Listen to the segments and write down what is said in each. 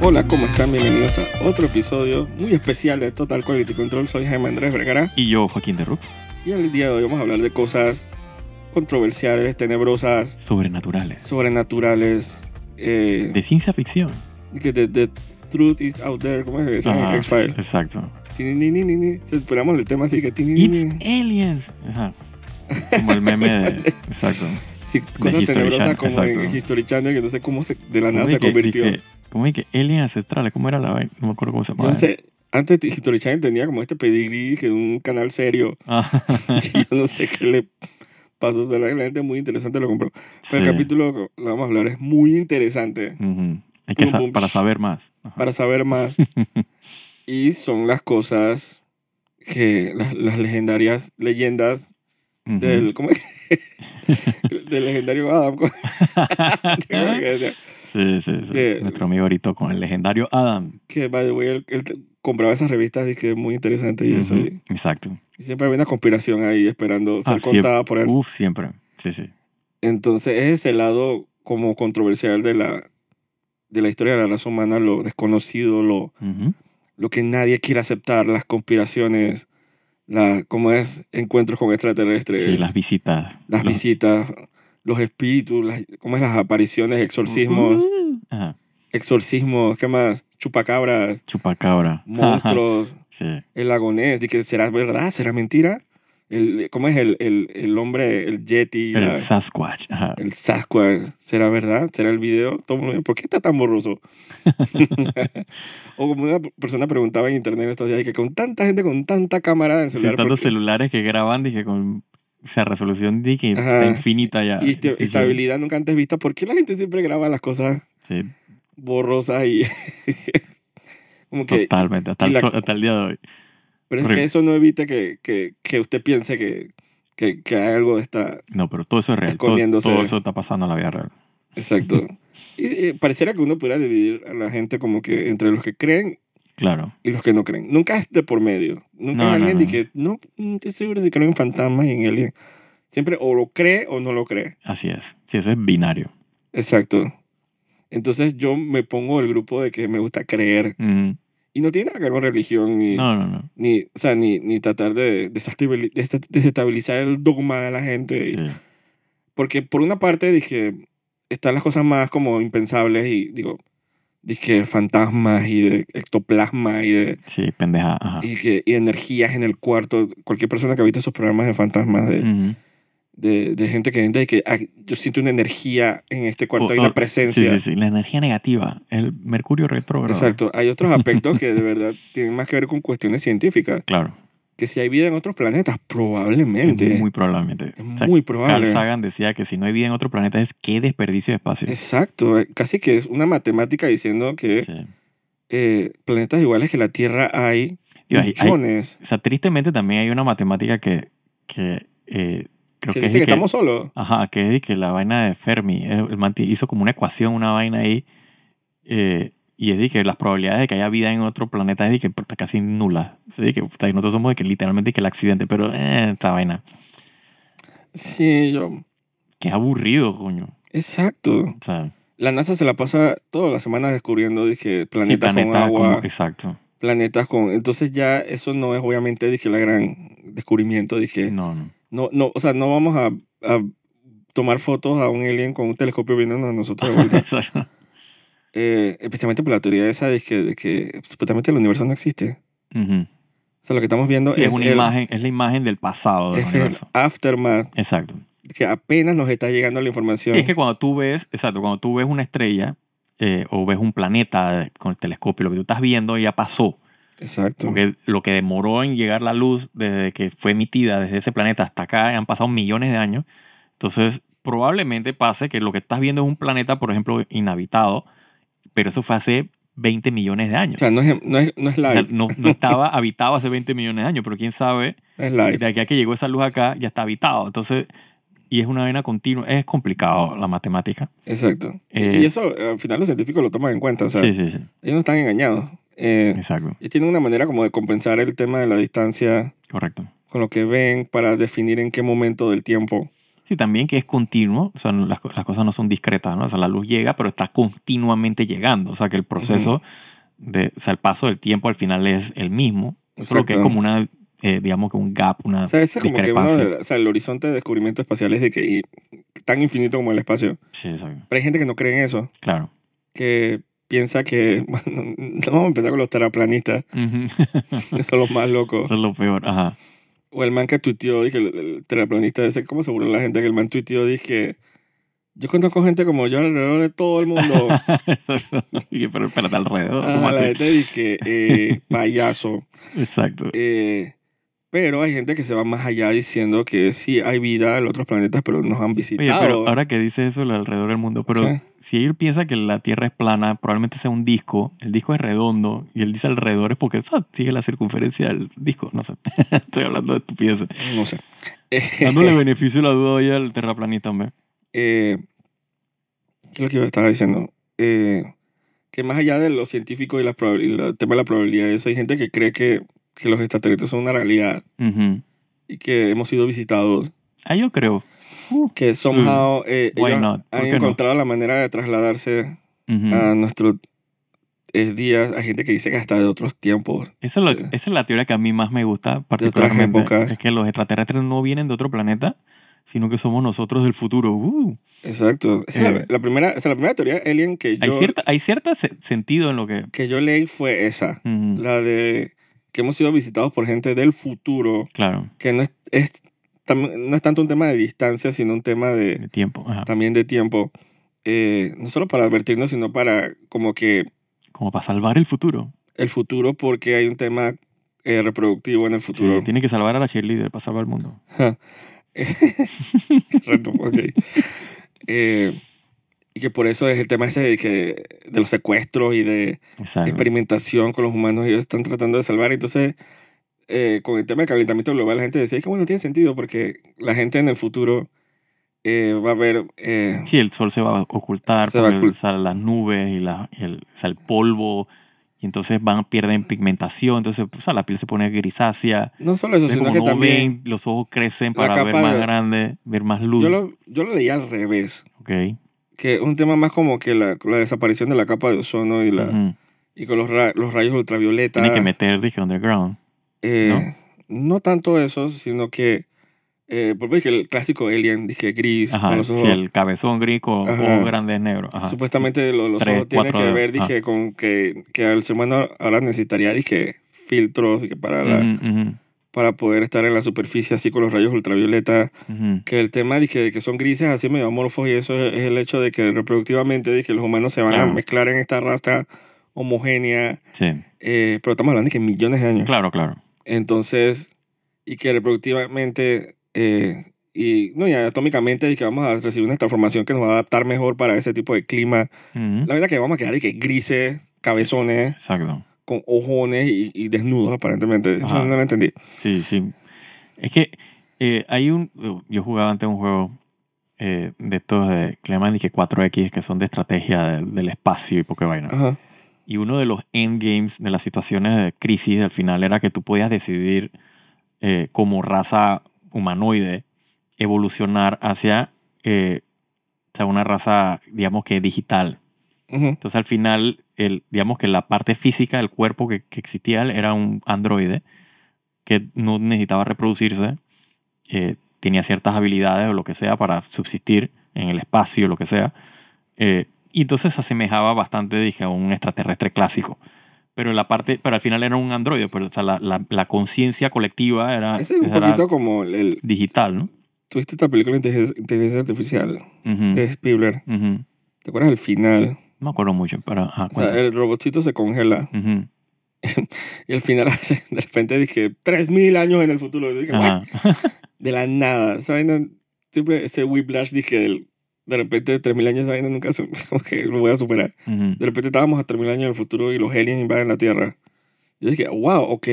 Hola, ¿cómo están? Bienvenidos a otro episodio muy especial de Total Quality Control. Soy Jaime Andrés Vergara Y yo, Joaquín de Rux, y el día de hoy vamos a hablar de cosas controversiales, tenebrosas, sobrenaturales, sobrenaturales, eh, de ciencia ficción. que the, the truth is out there, ¿cómo es que decían Ajá, en X-Files? Ah, Exacto. Tinininini. Esperamos el tema así que... It's tinininini. aliens. Ajá. Como el meme de. Exacto. Sí, cosas History tenebrosas Channel, como en exacto. History Channel, que no sé cómo se, de la nada ¿Cómo se es que- convirtió. dije- ¿Cómo es que aliens ancestrales? ¿Cómo era la vaina? No me acuerdo cómo se llamaba. Entonces, antes History Channel tenía como este pedigrí que un canal serio. Ah, Yo no sé qué le pasó. O sea, la gente muy interesante lo compró. Pero sí. el capítulo que lo vamos a hablar es muy interesante Ujú. Hay que Pum, sa- pum, para sh- saber más. Ajá. para saber más. y son las cosas que las, las legendarias leyendas Ujú. del ¿cómo es? del legendario Adam ¿cómo es que decía? Sí, sí, sí. de- Nuestro amigo ahorito con el legendario Adam. que by the way él, él compraba esas revistas y que es muy interesante y eso Ujú. y, Exacto. y siempre había una conspiración ahí esperando ser Ah, siempre. contada por él Uf, siempre. Sí, sí. Entonces es ese lado como controversial de la, de la historia de la raza humana, lo desconocido, lo, Ujú. lo que nadie quiere aceptar, las conspiraciones, la, como es encuentros con extraterrestres, Sí, las, las visitas. Los- visitas, los espíritus, las, como es las apariciones, exorcismos, Ajá. exorcismos, ¿qué más? Chupacabras, Chupacabra. monstruos, sí. el agonés, de que será verdad, será mentira. El, ¿Cómo es el, el, el hombre, el yeti? la- El Sasquatch. Ajá. El Sasquatch, ¿será verdad? ¿Será el video? Todo el mundo, ¿Por qué está tan borroso? o como una persona preguntaba en internet estos días, que con tanta gente, con tanta cámara en Sí, celular. tantos ¿por qué? celulares que graban, dije, con o sea, resolución dije, Ajá. está infinita ya. Y este- Sí, sí. estabilidad nunca antes vista. ¿Por qué la gente siempre graba las cosas Sí, borrosas y... como que... totalmente. Hasta y el, la- sol- hasta el día de hoy. Pero es horrible. que eso no evita que, que, que usted piense que, que, que hay algo de extra... No, pero todo eso es real. Todo, Escondiéndose. todo eso está pasando en la vida real. Exacto. y, y pareciera que uno pudiera dividir a la gente como que entre los que creen Claro. y los que no creen. Nunca es de por medio. Nunca No, es alguien no, de no. que no mm, estoy seguro si creo en fantasmas y en alien. Siempre o lo cree o no lo cree. Así es. Sí, eso es binario. Exacto. Entonces yo me pongo el grupo de que me gusta creer. Ujú. Y no tiene nada que ver con religión ni, No, no, no. ni, o sea, ni, ni tratar de desestabili- dest- desestabilizar el dogma de la gente. Sí. Porque por una parte dije, están las cosas más como impensables y digo, dije fantasmas y de ectoplasma y de Sí, pendeja. Ajá. y, que, y energías en el cuarto. Cualquier persona que ha visto esos programas de fantasmas, de, Ujú. de, de gente que entra y que ah, yo siento una energía en este cuarto, O- hay o- una presencia. Sí, sí, sí. La energía negativa. El mercurio retrógrado. Exacto. Hay otros aspectos que de verdad tienen más que ver con cuestiones científicas. Claro. Que si hay vida en otros planetas, Es probablemente. muy, probablemente. Es O sea, muy Carl probable. Sagan decía que si no hay vida en otro planeta es qué desperdicio de espacio. Exacto. Eh, Casi que es una matemática diciendo que Sí. eh, planetas iguales que la Tierra hay Digo, hay- hay- millones. o sea, tristemente también hay una matemática que, que eh, creo que dicen que, que, es de que- estamos solos. Ajá, que es de que la vaina de Fermi. eh, El man ti- hizo como una ecuación, una vaina ahí. eh, y es de que las probabilidades de que haya vida en otro planeta es de que puta, casi nula. Es de que puta, y nosotros somos de que literalmente que el accidente, pero eh, esta vaina. Sí, yo. Qué aburrido, coño. Exacto. O sea, La NASA se la pasa todas las semanas descubriendo, dije, sí, planetas con planeta agua, como- exacto. planetas con... Entonces ya eso no es obviamente, dije, la gran descubrimiento, dije. No, No, no. no, o sea, no vamos a, a tomar fotos a un alien con un telescopio viendo a nosotros de vuelta. Exacto. Eh, especialmente por la teoría esa de que, de que supuestamente el universo no existe. Ujú. O sea, lo que estamos viendo Sí, es, es, una el, imagen, es la imagen del pasado del es el universo. aftermath, Exacto. que apenas nos está llegando la información. Y es que cuando tú ves, exacto, cuando tú ves una estrella eh, o ves un planeta con el telescopio, lo que tú estás viendo ya pasó. Exacto. Porque lo que demoró en llegar la luz desde que fue emitida desde ese planeta hasta acá, han pasado millones de años. Entonces, probablemente pase que lo que estás viendo es un planeta, por ejemplo, inhabitado, pero eso fue hace 20 millones de O años. sea, no es, no es, no es O live, sea, no, no estaba habitado hace 20 millones de años, pero quién sabe, no es live. de aquí a que llegó esa luz acá, ya está habitado. Entonces, y es una vena continua. Es complicado la matemática. Exacto. Sí, Eh, y eso, al final, los científicos lo toman en cuenta. O sea, sí, sí, sí. ellos no están engañados. Eh, Exacto, ellos tienen una manera como de compensar el tema de la distancia correcto. con lo que ven para definir en qué momento del tiempo Sí, también que es continuo, o sea, no- las, co- las cosas no son discretas, ¿no? O sea, la luz llega, pero está continuamente llegando, o sea, que el proceso, de, o sea, el paso del tiempo al final es el mismo, solo que es Exacto. como una, eh, digamos que un gap, una O sea, ese es como que uno discrepancia. de- o sea, el horizonte de descubrimiento espacial es de que y- tan infinito como el espacio. Sí, exacto. Pero hay gente que no cree en eso, claro. que piensa que, bueno, vamos a empezar con los terraplanistas, Ujú. que son los más locos. Eso es lo peor, ajá. O el man que tuiteó, dije, el, el terraplanista ese, ¿cómo se burló la gente? Que el man tuiteó, dije, yo conozco gente como yo alrededor de todo el mundo. Y que, pero espérate alrededor, ¿cómo Ah, la así? gente dije, eh, payaso. Exacto. Eh, pero hay gente que se va más allá diciendo que sí hay vida en otros planetas, pero nos han Oye, visitado. pero ahora que dices eso, lo alrededor del mundo, pero Sí. si él piensa que la Tierra es plana, probablemente sea un disco, el disco es redondo, y él dice alrededor es porque ah, sigue la circunferencia del disco, no sé, estoy hablando de tu pieza. No sé. Dándole beneficio a la duda hoy al terraplanista, hombre. Eh, ¿Qué es lo que yo estaba diciendo? Eh, que más allá de lo científico y, la proba- y el tema de la probabilidad de eso, hay gente que cree que, que los extraterrestres son una realidad Ujú. y que hemos sido visitados, Ah, yo creo. que somehow eh, Mm. Why ellos not? ¿Por han qué no? Mm. encontrado la manera de trasladarse Ujú. a nuestros eh, días. Hay gente que dice que hasta de otros tiempos. Esa es, la, esa es la teoría que a mí más me gusta, particularmente. eh. épocas. Es que los extraterrestres no vienen de otro planeta, sino que somos nosotros del futuro. Uh, Exacto. Esa es la, Eh. la primera, esa es la primera teoría alien que hay yo, cierta, hay cierta se- sentido en lo que. que yo leí fue esa. Ujú, La de que hemos sido visitados por gente del futuro. Claro, que no es, es tam- no es tanto un tema de distancia, sino un tema de, el tiempo. ajá. también de tiempo. Eh, no solo para advertirnos, sino para como que Como para salvar el futuro. el futuro, porque hay un tema eh, reproductivo en el Sí, futuro. Eh, tiene que salvar a la cheerleader para salvar el mundo. Correcto, ok. Eh, y que por eso es el tema ese de, que, de los secuestros y de Exacto. experimentación con los humanos, ellos están tratando de salvar. Entonces, eh, con el tema del calentamiento global, la gente decía, es que bueno, no tiene sentido porque la gente en el futuro eh, va a ver... eh, Sí, el sol se va a ocultar, Se va a porque, o ocultar. sea, las nubes y la- el, o sea, el polvo, y entonces van, pierden pigmentación, entonces o sea, la piel se pone grisácea. No solo eso, Entonces, sino como que no también ven, los ojos crecen la para ver capa más de- grande, ver más luz. yo lo, yo lo leí al revés, Ok. que es un tema más como que la, la desaparición de la capa de ozono y, la, Ujú. y con los, ra- los rayos ultravioleta. Tiene que meter, dije, underground. eh, ¿no? tanto eso, sino que, eh, por ejemplo, el clásico Alien, dije gris, con Ajá. los ojos- Sí, el cabezón gris con Ajá. ojos grandes negros. Ajá. supuestamente lo- los Tres, ojos tienen cuatro que ver, dedos, dije, con que, que el ser humano ahora necesitaría, dije, filtros dije, para, la- Ujú, ujú, para poder estar en la superficie así con los rayos ultravioleta. ujú. que el tema dije, de que son grises así medio amorfos y eso es, es el hecho de que reproductivamente dije, los humanos se van Claro. a mezclar en esta raza homogénea, Sí. eh, pero estamos hablando de que millones de años. Claro, claro. Entonces, y que reproductivamente eh, y, no, y anatómicamente dije, vamos a recibir una transformación que nos va a adaptar mejor para ese tipo de clima. Ujú. La verdad que vamos a quedar dije, grises, cabezones, Exacto. con ojones y, y desnudos aparentemente. Eso Ajá. no lo entendí. Sí, sí. Es que eh, hay un. Yo jugaba antes un juego eh, de estos de que le llaman que 4X, que son de estrategia de- del espacio y poca vaina. Ajá. Y uno de los endgames de las situaciones de crisis al final era que tú podías decidir, eh, como raza humanoide, evolucionar hacia eh, o sea, una raza, digamos que digital. Ujú. Entonces al final, el, digamos que la parte física del cuerpo que, que existía era un androide que no necesitaba reproducirse, eh, tenía ciertas habilidades o lo que sea para subsistir en el espacio, lo que sea. Eh, y entonces se asemejaba bastante, dije, a un extraterrestre clásico. Pero la parte, pero al final era un androide, pero o sea, la, la- la conciencia colectiva era, Ese es un era poquito como el... el- digital, ¿no? ¿Tuviste esta película de inteligencia- inteligencia artificial? Ujú, de Spielberg. ujú. ¿Te acuerdas del final? No me acuerdo mucho, pero... ajá, O sea, eh, cuéntame. el robotcito se congela Ujú, y al final hace, de repente dije, 3.000 años en el futuro. Y dije, "What?". ajá. De la nada. Esa vaina, siempre ese whiplash dije, del- de repente 3.000 años, esa vaina nunca se- como que lo voy a superar. Ujú. De repente estábamos a 3.000 años en el futuro y los aliens invaden la Tierra. Yo dije, wow, ok.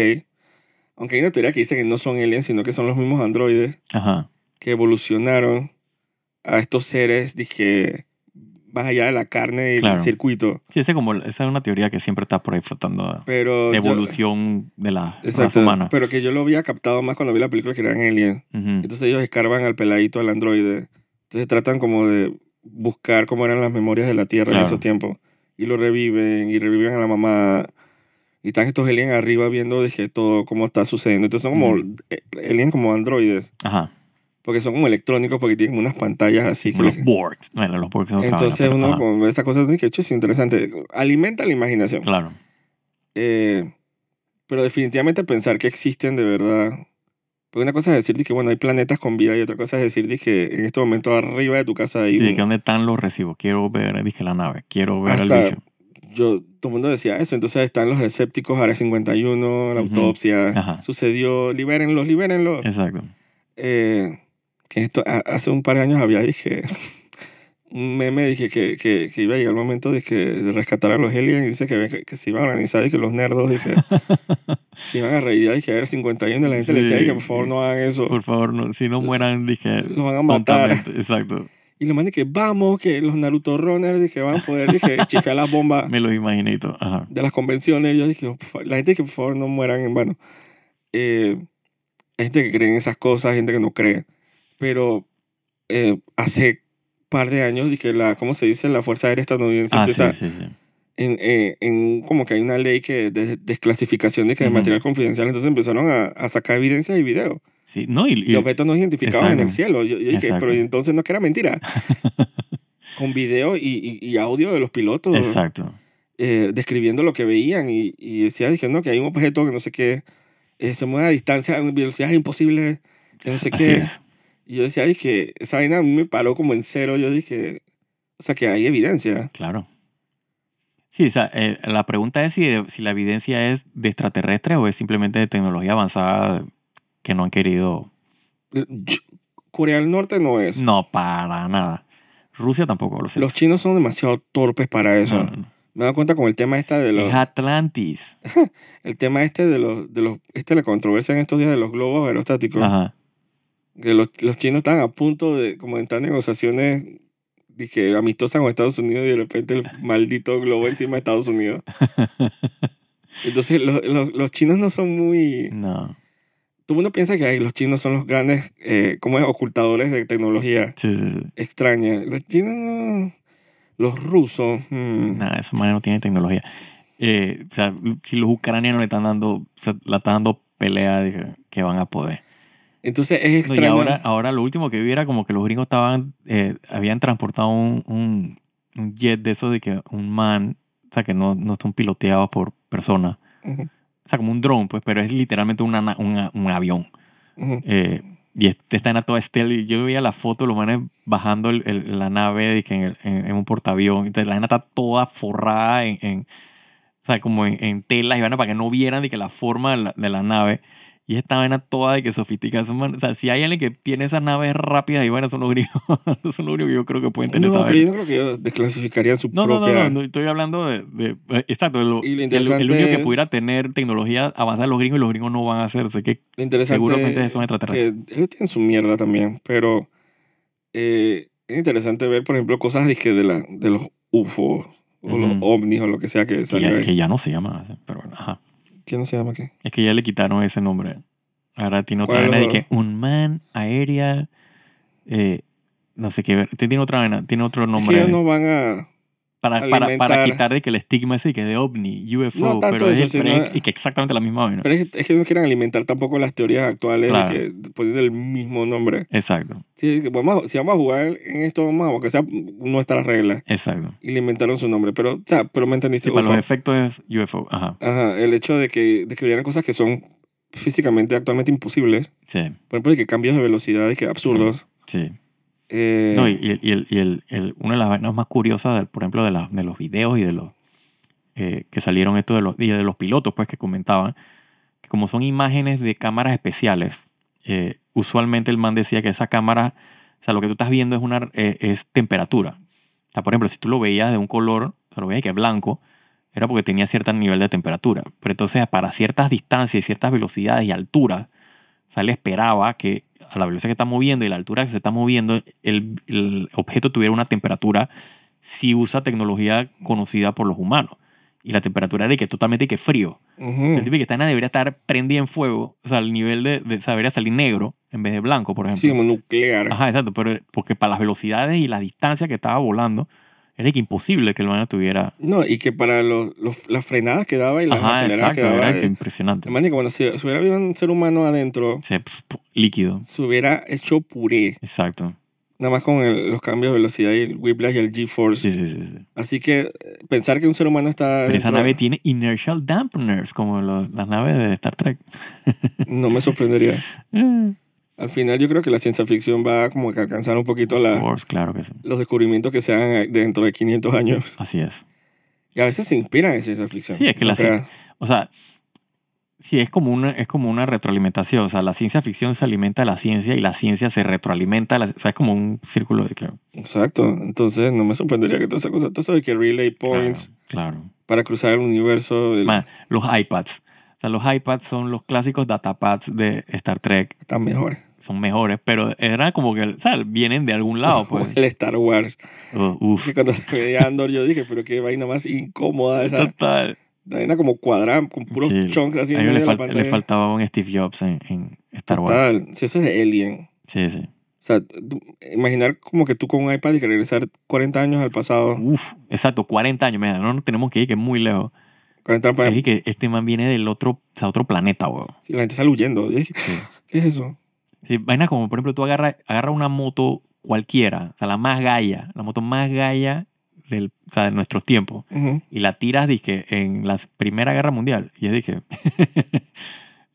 Aunque hay una teoría que dice que no son aliens, sino que son los mismos androides Ajá. que evolucionaron a estos seres, dije, más allá de la carne del Claro. circuito. Sí, ese como, esa es una teoría que siempre está por ahí flotando. Pero de yo- evolución de la raza exacto, humana. pero que yo lo había captado más cuando vi la película que eran Alien. Ujú. Entonces ellos escarban al peladito, al androide. Entonces tratan como de buscar cómo eran las memorias de la Tierra en Claro. esos tiempos. Y lo reviven, y reviven a la mamá. Y están estos aliens arriba viendo de que todo, cómo está sucediendo. Entonces son como Ujú. eh, aliens como androides. Ajá. Porque son como electrónicos, porque tienen como unas pantallas así. Como que- los Borgs. Bueno, los Borgs son otra entonces vaina, pero- uno ajá. con esta cosa dice que "Che, es interesante. Alimenta la imaginación. Claro. Eh, pero definitivamente pensar que existen de verdad. Porque una cosa es decir que, bueno, hay planetas con vida y otra cosa es decir que en este momento arriba de tu casa hay Sí, de un- que dónde están los recibos. Quiero ver, dije, la nave. Quiero ver Hasta- el bicho. Yo, todo el mundo decía eso. Entonces están los escépticos, Área 51, la Ujú. autopsia. Ajá. Sucedió, libérenlos, libérenlos. Exacto. Eh, que esto, ha- hace un par de años había, dije, un meme, dije que, que, que iba a llegar el momento de, que, de rescatar a los aliens. Y dice que, que, que se iban a organizar y que los nerdos, dije, se iban a reír. Dije, era 51. La gente le decía Sí, que por favor sí. no hagan eso. Por favor, no- si no mueran, dije. Los van a matar. tontamente. Exacto. Y lo mandé que vamos, que los Naruto Runners dije, van a poder dije, chifear las bombas Me los imaginé y todo. Ajá. de las convenciones. Yo dije, "Oh, por favor, la gente que por favor no mueran en vano. Eh, hay gente que cree en esas cosas, hay gente que no cree. Pero eh, hace par de años dije, la, ¿cómo se dice? La Fuerza Aérea Estadounidense Ah, empieza sí, sí, sí. en, eh, en como que hay una ley que de desclasificación de, que de Ujú. material confidencial. Entonces empezaron a, a sacar evidencias y videos Sí, no, y, y- de objetos no identificados en el Exacto. cielo. Yo, yo dije, Exacto. pero ¿y entonces no es que era mentira. Con video y, y- y audio de los pilotos exacto. eh, describiendo lo que veían y, y decía, dije, no, que hay un objeto que no sé qué, eh, se mueve a distancia, a velocidades imposibles, que no sé Así qué. es. Y yo decía, dije, esa vaina a mí me paró como en cero. Yo dije, o sea, que hay evidencia. Claro. Sí, o sea, eh, la pregunta es si, si la evidencia es de extraterrestres o es simplemente de tecnología avanzada que no han querido. Eh, ch- Corea del Norte no es. No, para nada. Rusia tampoco, lo siento. Los chinos son demasiado torpes para eso. No, no, no. Me he dado cuenta con el tema esta de los, Es Atlantis. el tema este de los, de los, esta es la controversia en estos días de los globos aerostáticos. Ajá. que los, los chinos están a punto de como de entrar en negociaciones dije, amistosas con Estados Unidos y de repente el maldito globo encima de Estados Unidos. Entonces lo- lo- los chinos no son muy... No. Todo el mundo piensa que ay, los chinos son los grandes eh, ¿cómo es? ocultadores de tecnología Sí, sí, sí. extraña. Los chinos no... Los rusos... hmm. Nada, esa manera no tiene tecnología. Eh, o sea, si los ucranianos le están dando, o sea, la están dando pelea, dije, que van a poder. Entonces es No, y extraño. ahora, ahora lo último que vi era como que los gringos estaban, eh, habían transportado un, un- un jet de esos de que un man, o sea, que no, no son piloteados por personas. Ujú, O sea, como un drone, pues, pero es literalmente una na- una- un avión. ujú. Eh, y es- están a toda estel. Y yo veía la foto de los manes bajando el- el- la nave dije, en, el- en- en un portaavión. Entonces la gente está toda forrada en, en- o sea, como en, en telas y vaina para que no vieran de que la forma de la, de la nave. Y esta vaina toda de que sofisticada. esos manes- O sea, si hay alguien que tiene esas naves rápidas y bueno, son los gringos. son los gringos que yo creo que pueden tener No, esa pero vaina. yo creo que ellos desclasificarían su No, no, no, propia... no, no, estoy hablando de, de- eh, exacto, de lo- Y lo que el, el interesante único que es- pudiera tener tecnología avanzada los gringos y los gringos no van a hacer, sé que Lo interesante Seguramente son que extraterrestres. ellos tienen su mierda también, pero eh, es interesante ver, por ejemplo, cosas dizque de, la, de los UFOs o los Ujú. ovnis o lo que sea que que salió ya, ahí. que ya no se llama, así, pero bueno, ajá. ¿Quién no se llama qué? Es que ya le quitaron ese nombre. Ahora tiene otra ¿Cuál vaina de otro? que un man aérea. eh, no sé qué ver. Tiene otra vaina, tiene otro Es que nombre. ellos no van a... para, para, para alimentar- quitar de que el estigma ese que de ovni, UFO, No tanto pero es, eso, el- pero es- sino- y que exactamente la misma vaina. Pero es, que- es que no quieren alimentar tampoco las teorías actuales Claro. de que poniendo el mismo nombre. Exacto, Sí, que vamos a- si vamos a jugar en esto, vamos a que sea nuestra regla. exacto. Y le inventaron su nombre, pero, o sea, pero me entendiste. Sí, para UFO. los efectos es UFO, ajá. Ajá, el hecho de que describieran cosas que son físicamente actualmente imposibles. Sí, Por ejemplo, de que cambios de velocidad y que absurdos. sí. Eh, No, y, y el- y el- y el- el- una de las vainas más curiosas, del- por ejemplo, de, la- de los videos y de los eh, que salieron esto de los, y de los pilotos, pues que comentaban, que como son imágenes de cámaras especiales, eh, usualmente el man decía que esa cámara, o sea, lo que tú estás viendo es, una, eh, es temperatura. O sea, por ejemplo, si tú lo veías de un color, o sea, lo veías que es blanco, era porque tenía cierto nivel de temperatura. Pero entonces, para ciertas distancias y ciertas velocidades y alturas, o sea, él esperaba que a la velocidad que está moviendo y la altura que se está moviendo, el, el objeto tuviera una temperatura sí usa tecnología conocida por los humanos. Y la temperatura era de que totalmente que frío. Ujú. El tipo que está en la debería estar prendida en fuego, o sea, al nivel de, de saber salir negro en vez de blanco, por ejemplo. Sí, como nuclear. Ajá, exacto, pero porque para las velocidades y las distancias que estaba volando, era de que imposible que el humano tuviera. No, y que para los, los- las frenadas que daba y las Ajá, aceleradas exacto, era que que daba. impresionante. Man, que bueno, si, si hubiera habido un ser humano adentro, Se, pf, pf, líquido, se hubiera hecho puré. exacto. Nada más con el- los cambios de velocidad y el whiplash y el G-force. Sí, sí, sí. sí. Así que eh, pensar que un ser humano está. Pero esa adentro, nave tiene inertial dampeners, como lo- las naves de Star Trek. No me sorprendería. Mm. Eh, Al final, yo creo que la ciencia ficción va como que a alcanzar un poquito of la, course, claro que sí. los descubrimientos que se hagan eh, dentro de 500 años. Así es. Y a veces se inspiran en ciencia ficción. Sí, es que No la creas. O sea, sí, es como, una, es como una retroalimentación. O sea, la ciencia ficción se alimenta de la ciencia y la ciencia se retroalimenta. a la- o sea, es como un círculo de... Claro, Exacto. Entonces, no me sorprendería que todas esas cosas. Todo eso de que relay points claro. para cruzar el universo. el- Man, los iPads. O sea, los iPads son los clásicos datapads de Star Trek. están mejor. Son mejores, pero era como que, o sea, vienen de algún lado, pues. El Star Wars. Oh, uf. Que cuando se veía Andor, yo dije, pero qué vaina más incómoda. Esa Total. la vaina como cuadrada, con puros Sí, chunks así A en medio ellos le, de la fal- le pantalla. faltaba un Steve Jobs en, en Star Wars. Total. Si eso es de Alien. Sí, sí. O sea, tú- imaginar como que tú con un iPad y que regresar 40 años al pasado. Uf, exacto, 40 años, mira, no nos tenemos que ir, que es muy lejos. 40 años Es para... decir, que este man viene del otro, o sea, otro planeta, weón. La gente sale huyendo. Yo dije, Sí. ¿Qué es eso? Sí, vainas como, por ejemplo, tú agarras agarra una moto cualquiera, o sea, la más galla, la moto más galla del, o sea, de nuestros tiempos, Ujú. y la tiras, dije, en la Primera Guerra Mundial. Y es dije, es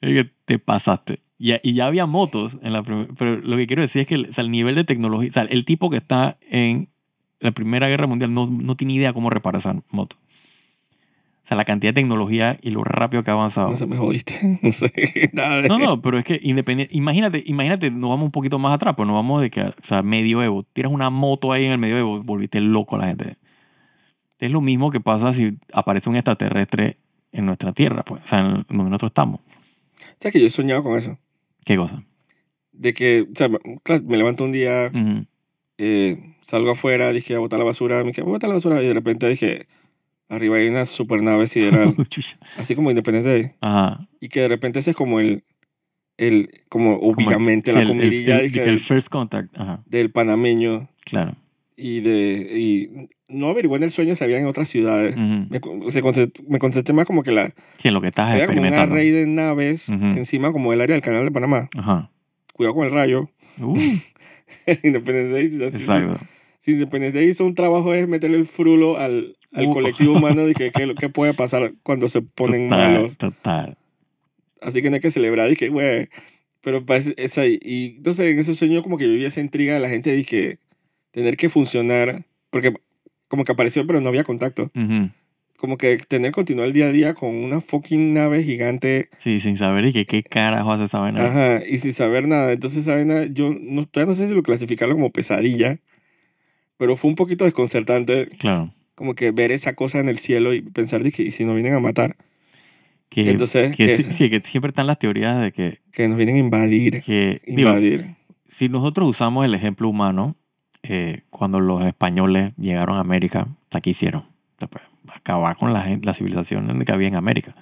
que te pasaste. Y, y ya había motos en la prim- pero lo que quiero decir es que el, o sea, el nivel de tecnología, o sea, el tipo que está en la Primera Guerra Mundial no, no tiene idea cómo reparar esa moto. O sea, la cantidad de tecnología y lo rápido que ha avanzado. No sé, me jodiste. No sé, nada de... No, no, pero es que independiente. Imagínate, imagínate, nos vamos un poquito más atrás, pues nos vamos de que, o sea, medioevo. Tiras una moto ahí en el medioevo, volviste loco a la gente. Es lo mismo que pasa si aparece un extraterrestre en nuestra tierra, pues, o sea, en donde nosotros estamos. ¿Sabes que yo he soñado con eso? ¿Qué cosa? De que, o sea, claro, me levanto un día, Ujú. eh, salgo afuera, dije, a botar la basura. Me dije, voy a botar la basura. Y de repente dije, arriba hay una supernave sideral. Chucha. así como Independiente Day. Ajá. Y que de repente ese es como el, el como Como obviamente sí, la comidilla el, dije, el del, first contact. Ajá, del panameño. claro. Y de y no averigué en el sueño si había en otras ciudades. Ujú. Me, con- se concent- me concentré más como que la... Sí, en lo que estás Era como una experimentando. rey de naves Ah, Ujú. encima como el área del canal de Panamá. Ajá. Cuidado con el rayo. Uh, Independiente Day. si- exacto. Si Independiente Day hizo un trabajo es meterle el frulo al, al Uh. colectivo humano de que qué qué puede pasar cuando se ponen malos. Total, total. Así que no hay que celebrar. Dije, güey. Pero parece- esa, y entonces en ese sueño como que yo vivía esa intriga de la gente. Dije, tener que funcionar. Porque como que apareció, pero no había contacto. Ujú. Como que tener continuar el día a día con una fucking nave gigante. Sí, sin saber y que qué carajo hace esa vaina. Ajá. Y sin saber nada. Entonces esa vaina, yo no, todavía no sé si lo clasificarlo como pesadilla. Pero fue un poquito desconcertante. Claro. Como que ver esa cosa en el cielo y pensar, dije, ¿y si nos vienen a matar? Que, Entonces, que ¿qué sí, es? sí, que siempre están las teorías de que, Que nos vienen a invadir. que, digo, Invadir. si nosotros usamos el ejemplo humano, eh, cuando los españoles llegaron a América, ¿hasta ¿qué hicieron? O sea, pues, Acabar con la, gen- la civilización que había en América.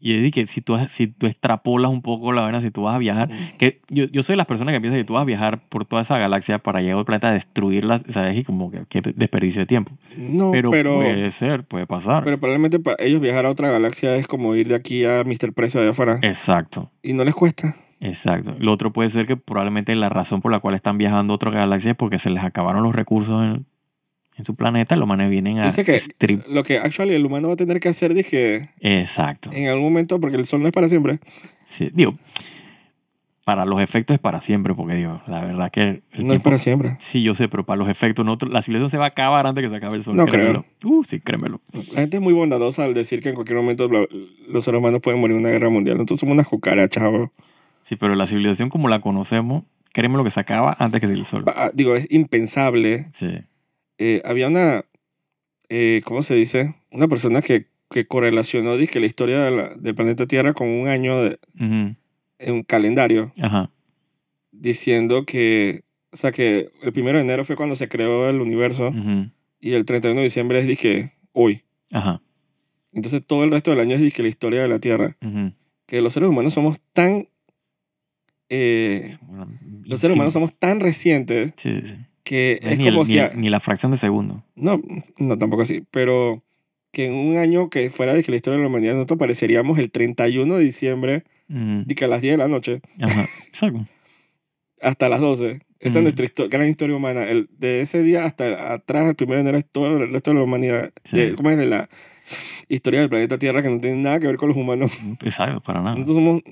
Y es decir, que si tú, has- si tú extrapolas un poco la vaina, si tú vas a viajar, Mm. que yo, yo soy de las personas que piensan que tú vas a viajar por toda esa galaxia para llegar al planeta a destruirla, ¿sabes? Y como que qué desperdicio de tiempo. No, Pero, pues, pero... puede ser, puede pasar. Pero probablemente para ellos viajar a otra galaxia es como ir de aquí a Mr. Precio allá afuera. Eh. Exacto. Y no les cuesta. Exacto. Lo otro puede ser que probablemente la razón por la cual están viajando a otra galaxia es porque se les acabaron los recursos en, en su planeta y los manes vienen a Dice que- strip. Lo que actually el humano va a tener que hacer, dije, Exacto. en algún momento, porque el sol no es para siempre. Sí, Digo, para los efectos es para siempre, porque digo, la verdad que el no es tiempo- para siempre. Sí, yo sé, pero para los efectos, nosotros- la civilización se va a acabar antes que se acabe el sol. No créemelo. Uh, sí, créemelo. La gente es muy bondadosa al decir que en cualquier momento lo- los seres humanos pueden morir en una guerra mundial. Nosotros somos unas cucarachas, bro. Sí, pero la civilización como la conocemos, créemelo que se acaba antes que se el sol. Va- ah, Digo, es impensable. Sí. Eh, había una, eh, ¿cómo se dice? Una persona que, que correlacionó, dije, la historia de la- del planeta Tierra con un año de- Ujú. en un calendario. Ajá. diciendo que, o sea, que el primero de enero fue cuando se creó el universo, Ujú. y el 31 de diciembre es disque hoy. Ajá. Entonces todo el resto del año es disque la historia de la Tierra. ujú. Que los seres humanos somos tan... eh, Bueno, los seres humanos somos tan recientes Sí, sí, sí. que No es es ni, el- como ni si... a- el- ni la fracción de segundo. No, no, tampoco así. Pero que en un año que fuera de que la historia de la humanidad nosotros pareceríamos el 31 de diciembre Mm, y que a las 10 de la noche Ajá. Exacto. hasta las 12. Esa es Mm. nuestra histo- gran historia humana. El, de ese día hasta atrás, el 1 de enero, es todo el resto de la humanidad. Sí. De- ¿Cómo es? De la historia del planeta Tierra que no tiene nada que ver con los humanos. Exacto, para nada. Nosotros somos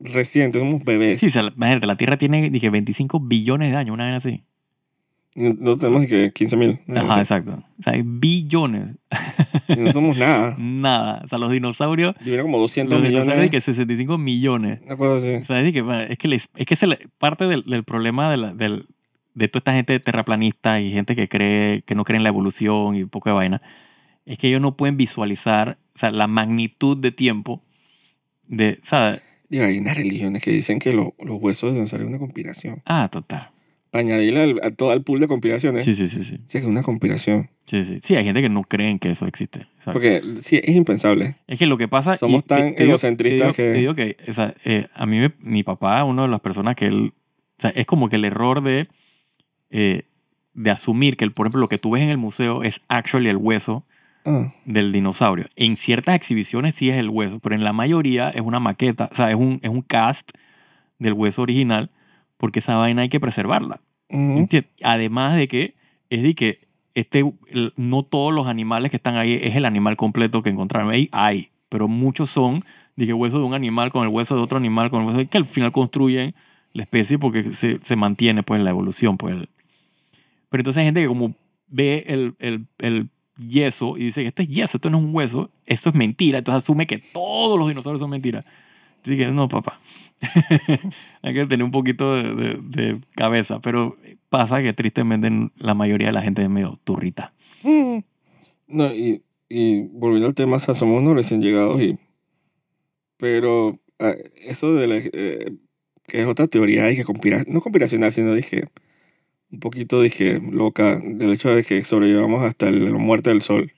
recientes, somos bebés. Ah. Sí, o sea, imagínate, la Tierra tiene, dije, 25 billones de años, una vez así. No no tenemos que 15 mil. Ajá, No, exacto. O sea, billones. somos nada. Nada. O sea, los dinosaurios, Vivieron como 200 los dinosaurios, millones. que 65 millones. Una cosa O así. sea, es que, bueno, es que, les- es que se le- parte del, del problema de, la- del- de toda esta gente terraplanista y gente que cree que no cree en la evolución y un poco de vaina, es que ellos no pueden visualizar o sea, la magnitud de tiempo. De, o sea, Y hay unas religiones que dicen que lo- los huesos de dinosaurio es una conspiración. ah, total. Para añadirle al, a todo el pool de conspiraciones, Sí, sí, sí, sí, o sea, que es una conspiración. sí, sí. Sí, hay gente que no cree que eso existe. Exacto. Porque sí, es impensable. Es que lo que pasa... Somos te- tan te digo- egocentristas te digo- Te digo que o sea, eh, a mí, me- mi papá, una de las personas que él... O sea, es como que el error de, eh, de asumir que, el- por ejemplo, lo que tú ves en el museo es actually el hueso Ah, del dinosaurio. En ciertas exhibiciones sí es el hueso, pero en la mayoría es una maqueta, o sea, es un, es un cast del hueso original, porque esa vaina hay que preservarla. ujú. ¿Entiendes? Además de que es de que este, el- no todos los animales que están ahí es el animal completo que encontraron. Ahí hay, pero muchos son de que hueso de un animal con el hueso de otro animal, con el hueso de- que al final construyen la especie porque se, se mantiene pues la evolución. Pues, el- Pero entonces hay gente que como ve el, el- el yeso y dice, esto es yeso, esto no es un hueso, esto es mentira, entonces asume que todos los dinosaurios son mentiras. Entonces dije, no, papá. Hay que tener un poquito de, de- de cabeza, pero pasa que tristemente la mayoría de la gente es medio turrita. Mm. No, y, y volviendo al tema, o sea, somos unos recién llegados y... Pero ah, eso de la... eh, que es otra teoría, dije, conspira- no conspiracional, sino dije... Un poquito, dije, loca, del hecho de que sobrevivamos hasta el- la muerte del sol.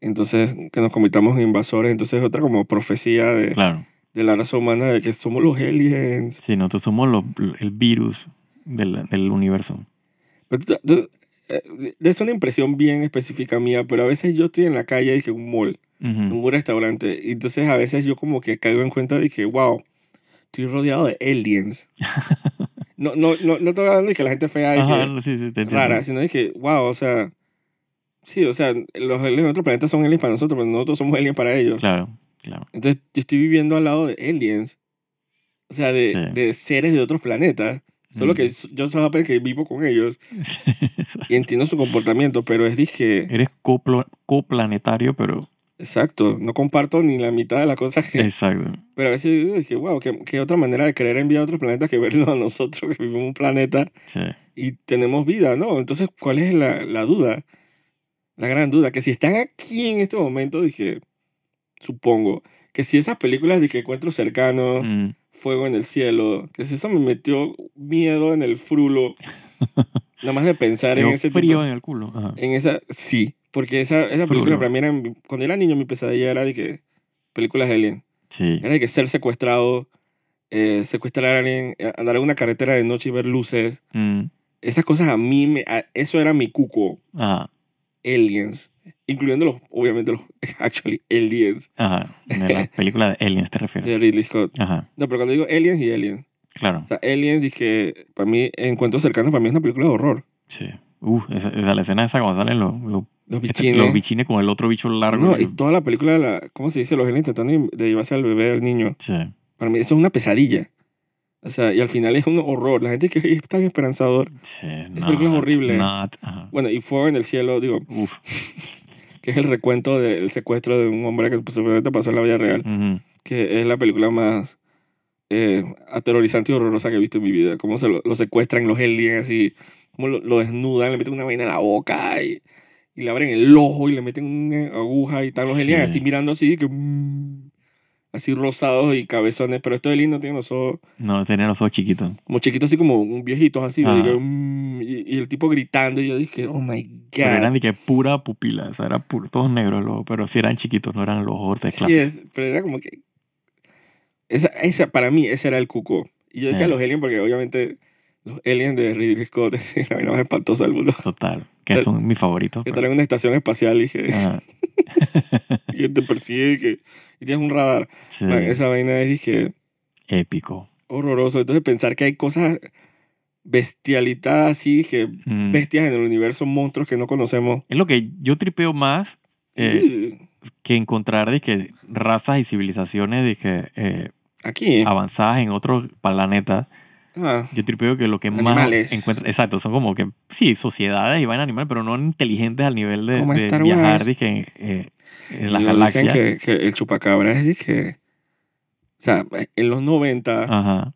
Entonces, que nos convirtamos en invasores. Entonces, otra como profecía de, Claro. de la raza humana de que somos los aliens. Sí, nosotros somos los- el virus del, del universo. Pero tú- tú- eh, es una impresión bien específica mía, pero a veces yo estoy en la calle y que un mall, Ujú. un restaurante, y entonces a veces yo como que caigo en cuenta de que, wow, estoy rodeado de aliens. no, no, no, no estoy hablando de que la gente fea y Ajá, que sí, sí, te entiendo. rara, sino de que, wow, o sea, sí, o sea, los aliens de otro planeta son aliens para nosotros, pero nosotros somos aliens para ellos. Claro, claro. Entonces yo estoy viviendo al lado de aliens, o sea, de, Sí. de seres de otros planetas. Solo Mm. que yo solo que vivo con ellos y entiendo su comportamiento, pero es dije, Eres coplo- coplanetario, pero... exacto, no comparto ni la mitad de las cosas que... Exacto. Pero a veces digo, dije, wow, ¿qué, qué otra manera de creer en vida a otros planetas que vernos a nosotros que vivimos un planeta Sí. y tenemos vida, ¿no? Entonces, ¿cuál es la, la duda? La gran duda, que si están aquí en este momento, dije, supongo, que si esas películas de que encuentro cercano, Mm. fuego en el cielo, que si eso me metió miedo en el frulo, nada más de pensar en Tengo ese tipo frío de en el culo. Ajá. En esa, sí. Porque esa, esa película Frulo. para mí era, cuando era niño mi pesadilla era de que películas de alien. Sí. Era de que ser secuestrado, eh, secuestrar a alguien, eh, andar en una carretera de noche y ver luces. Mm. Esas cosas a mí, me, a- eso era mi cuco, Ajá. aliens. Incluyendo los, obviamente los, actually, aliens Ajá. De la película de Aliens te refieres. de Ridley Scott. Ajá. No, pero cuando digo aliens y aliens. Claro. O sea, aliens dije, para mí, Encuentros Cercanos para mí es una película de horror. Sí. Uf, esa, esa- la escena esa cuando salen los, los Los Este- bichines. Los bichines con el otro bicho largo. no, que- y toda la película, la, ¿cómo se dice? Los aliens tratando de- de llevarse al bebé, al niño. Sí, Para mí eso es una pesadilla. O sea, y al final es un horror. La gente que "Ay, es tan esperanzador. sí, Esa película es not- horrible. not- ajá. Bueno, y Fuego en el Cielo, digo, Uf. que es el recuento del secuestro de un hombre que supuestamente pasó en la vida real, ujú. que es la película más eh, aterrorizante y horrorosa que he visto en mi vida. Cómo se lo, lo secuestran los aliens y cómo lo, lo desnudan, le meten una vaina en la boca y, y le abren el ojo y le meten una aguja y están los Sí. aliens así mirando así, que, mm, así rosados y cabezones. Pero estos aliens no tienen los ojos No, tenía los ojos chiquitos. como chiquito así como un viejito así Ajá. de que, mm, y y, y el tipo gritando. Y yo dije, oh my God. Pero eran de que pura pupila, o sea, eran pu- todos negros, los- pero sí eran chiquitos, no eran los ojos de Sí, clase. es, pero era como que. Esa, esa, para mí, ese era el cuco. Y yo decía Eh. los aliens porque obviamente los aliens de Ridley Scott es la vaina más espantosa del mundo. Total, que Tal- son mis favoritos. Que pero- están en una estación espacial y que, Ajá, y que te persigue y que y tienes un radar. sí, Man, esa vaina es dije, épico. horroroso. Entonces pensar que hay cosas bestialidad así, dije, Mm. bestias en el universo, monstruos que no conocemos. Es lo que yo tripeo más eh, Y que encontrar dizque, razas y civilizaciones dizque, eh, Aquí. avanzadas en otros planetas. Ah, Yo tripeo que lo que Animales. más encuentro. Exacto, son como que, sí, sociedades y van animales, pero no inteligentes al nivel de, Como de Star viajar Wars. dizque, eh, en las nos galaxias. Dicen que, que el chupacabra es dije. O sea, en los 90 Ajá,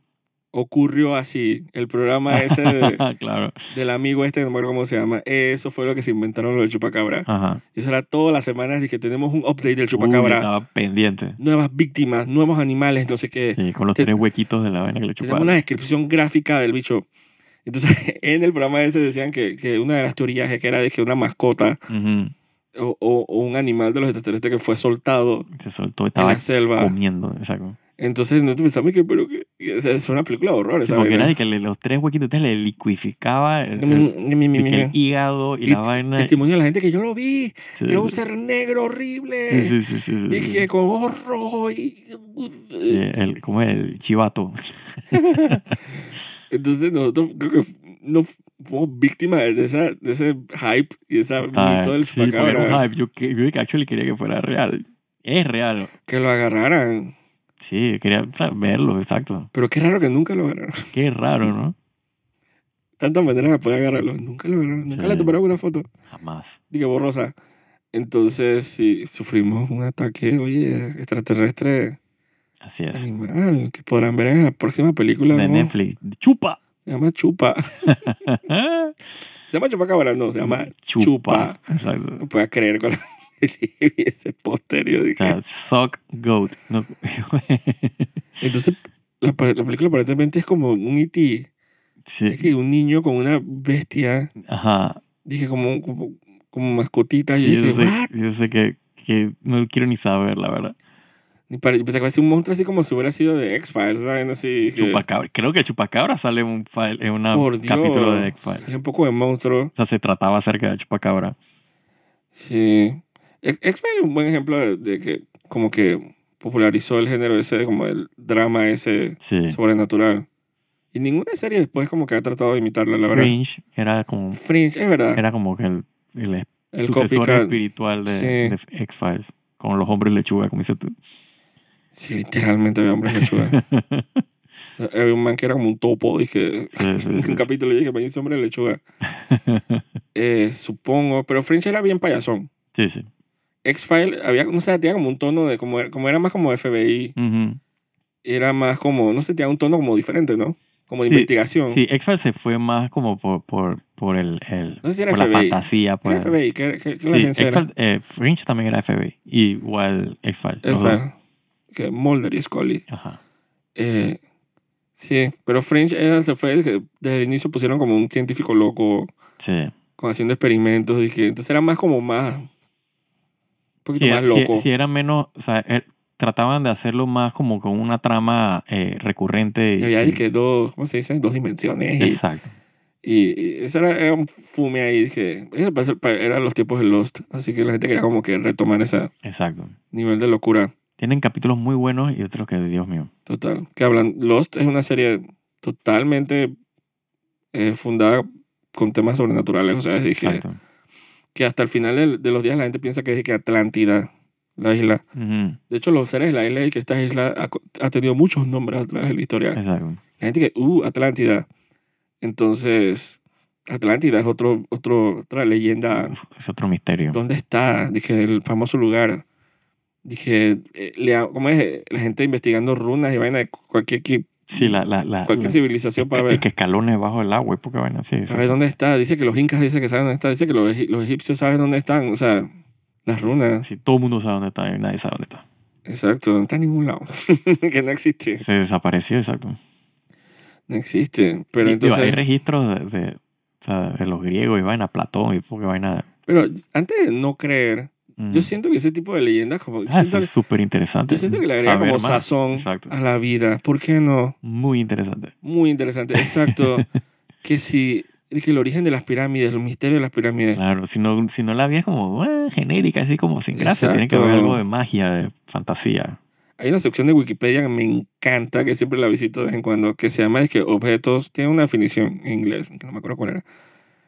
ocurrió así. El programa ese de- claro. del amigo este, no me acuerdo cómo se llama. Eso fue lo que se inventaron los chupacabra. Ajá. Y eso era todas las semanas. Dije, tenemos un update del Ah. Uy, chupacabra. estaba pendiente. Nuevas víctimas, nuevos animales, no sé qué. Sí, con los Te- tres huequitos de la vaina que le Tenemos chuparon. una descripción gráfica del bicho. Entonces, en el programa ese decían que, que una de las teorías es que era de que una mascota Ujú. o, o- o un animal de los extraterrestres que fue soltado Se soltó, en estaba la selva. comiendo. Exacto. Entonces, no te pensamos que, pero que, que- o sea, es una película de horror. Sí, esa porque vaina. era de que le- los tres huequitos entonces le liquificaba el, Mm, el- mm, mm, y que mm, el hígado y Y la te- vaina. Testimonio de la gente que yo lo vi. Sí, Era un sí, ser negro horrible. sí, sí, sí, sí, Y sí. que con ojos rojos y... Sí, el, como el chivato. Entonces nosotros creo que no fu- fuimos víctimas de, esa, de ese hype y ese mito del Ah, sí, porque era un chupacabra. hype. Yo, que- yo que actually quería que fuera real. Es real. Que lo agarraran. Sí, quería o sea, verlo, exacto. Pero qué raro que nunca lo agarraron. Qué raro, ¿no? Tantas maneras de poder agarrarlo. Nunca lo agarraron. Nunca Sí. le tomaron una foto. Jamás. Dije borrosa. Entonces sí, sufrimos un ataque, oye, extraterrestre Así es. animal. Que podrán ver en la próxima película. De ¿no? Netflix. ¡Chupa! Se llama Chupa. Se llama Chupacabra, no. Se llama Chupa. Exacto. No puedo creer con ese póster. yo O dije, sea, suck goat. No. Entonces, la, pa- la película aparentemente es como un E.T. Es sí. que un niño con una bestia, Ajá. dije, como, como, como mascotita. Sí, y yo yo dije, sé, "What?". yo sé que, que no quiero ni saber, la verdad. Y para- y pensé que iba a ser un monstruo así como si hubiera sido de X-Files, ¿saben? Así. que, Chupacabra. Creo que el chupacabra sale en un, file, en una- por un Dios. capítulo de X-Files. salió un poco de monstruo. O sea, se trataba acerca del chupacabra. Sí. Ex- X-Files es un buen ejemplo de, de que, como que popularizó el género ese, como el drama ese Sí. sobrenatural. Y ninguna serie después, como que ha tratado de imitarla, la verdad. Fringe era como, Fringe, es verdad. era como que el, el es- el sucesor copycat. espiritual de, Sí. de X-Files. Con los hombres lechuga, como dices tú. Sí, literalmente había hombres lechuga. O sea, había un man que era como un topo, dije. Sí, sí, sí. Un capítulo y dije, me hice hombre lechuga. Eh, supongo, pero Fringe era bien payasón. Sí, sí. X-File había, no sé, tenía como un tono de, como, era- como era más como FBI, Ujú. era más como, no sé, tenía un tono como diferente, ¿no? Como de Sí, investigación. Sí, X-Files se fue más como por, por, por el, el- No sé si era por la FBI. fantasía. Por Era el- FBI, ¿qué, qué, qué la Sí, agencia era? X-Files, eh, Fringe también era FBI. Igual X-Files. los dos. X-File. Que Mulder y Scully. Ajá. Eh, sí, pero Fringe era- se fue, dije, desde el inicio pusieron como un científico loco. Sí. con haciendo experimentos. Dije, entonces era más como más. Un poquito Si, más loco. era menos, o sea, er- trataban de hacerlo más como con una trama eh, recurrente. y- y había y- dije, dos, ¿cómo se dice? Dos dimensiones. y- Exacto. Y, y eso era, era un fume ahí. Dije, eso parece- pa- eran los tiempos de Lost. Así que la gente quería como que retomar ese Exacto. nivel de locura Tienen capítulos muy buenos y otros que, Dios mío. total. Que hablan, Lost es una serie totalmente eh, fundada con temas sobrenaturales. O sea, dije, Exacto. que hasta el final del- de, los días la gente piensa que es que Atlántida, la isla. Ujú, De hecho, los seres de la isla y que esta isla ha, co- ha tenido muchos nombres a través de la historia. Exacto. La gente que, uh, Atlántida. Entonces, Atlántida es otro, otro, otra leyenda. Uf, es otro misterio. ¿Dónde está? Dije, el famoso lugar. Dije, eh, lea- ¿cómo es? La gente investigando runas y vaina de cu- cualquier, qui- Sí, la. la, la, cualquier la- civilización para esca- ver. que escalones bajo el agua y poca vaina. Sí, Para ver exacto. dónde está. Dice que los incas dicen que saben dónde está. Dice que los, egi- los egipcios saben dónde están. O sea, las runas. Sí, todo el mundo sabe dónde está y nadie sabe dónde está. Exacto, no está en ningún lado. que no existe. Se desapareció, exacto. No existe. Pero Y, digo, entonces. hay registros de, de- O sea, de los griegos y vaina, Platón y porque vaina. Pero antes de no creer, Ujú. yo siento que ese tipo de leyendas como... yo Mm. Ah, eso siento es súper interesante. Yo siento que le agrega Saber como más. sazón Exacto. a la vida. ¿Por qué no? Muy interesante. Muy interesante. Exacto. que si... Que el origen de las pirámides, el misterio de las pirámides. Claro, si no, si no la vida es como ah, genérica, así como sin gracia. Tiene que Exacto. haber algo de magia, de fantasía. Hay una sección de Wikipedia que me encanta, que siempre la visito de vez en cuando, que se llama es que objetos, tiene una definición en inglés, que no me acuerdo cuál era,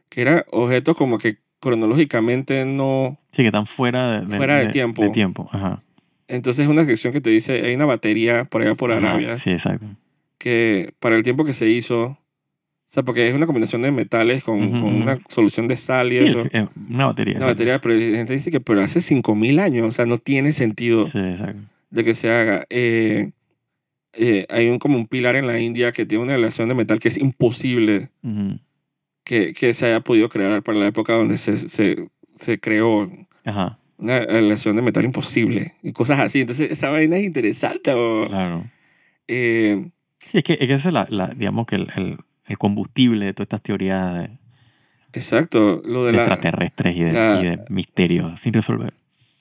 que era objetos como que cronológicamente no... Sí, que están fuera de, Fuera de tiempo. De tiempo, ajá. Entonces es una sección que te dice, hay una batería por allá por Ajá, Arabia, Sí, exacto. que para el tiempo que se hizo, o sea, porque es una combinación de metales con, Ujú, con ujú. una solución de sal y Sí, eso. es- es una batería. Una exacto. batería, pero la gente dice que pero hace 5.000 años, o sea, no tiene sentido. Sí, exacto. de que se haga. Eh, eh, hay un, como un pilar en la India que tiene una aleación de metal que es imposible Ujú. que, que se haya podido crear para la época donde se, se, se creó. Ajá, Una aleación de metal imposible y cosas así. Entonces, esa vaina es interesante. bo. claro. Eh, Sí, es que, es que ese es la, la- digamos que el, el- el combustible de todas estas teorías de, exacto. Lo de de la. Ah. extraterrestres y de, la- y de misterios sin resolver.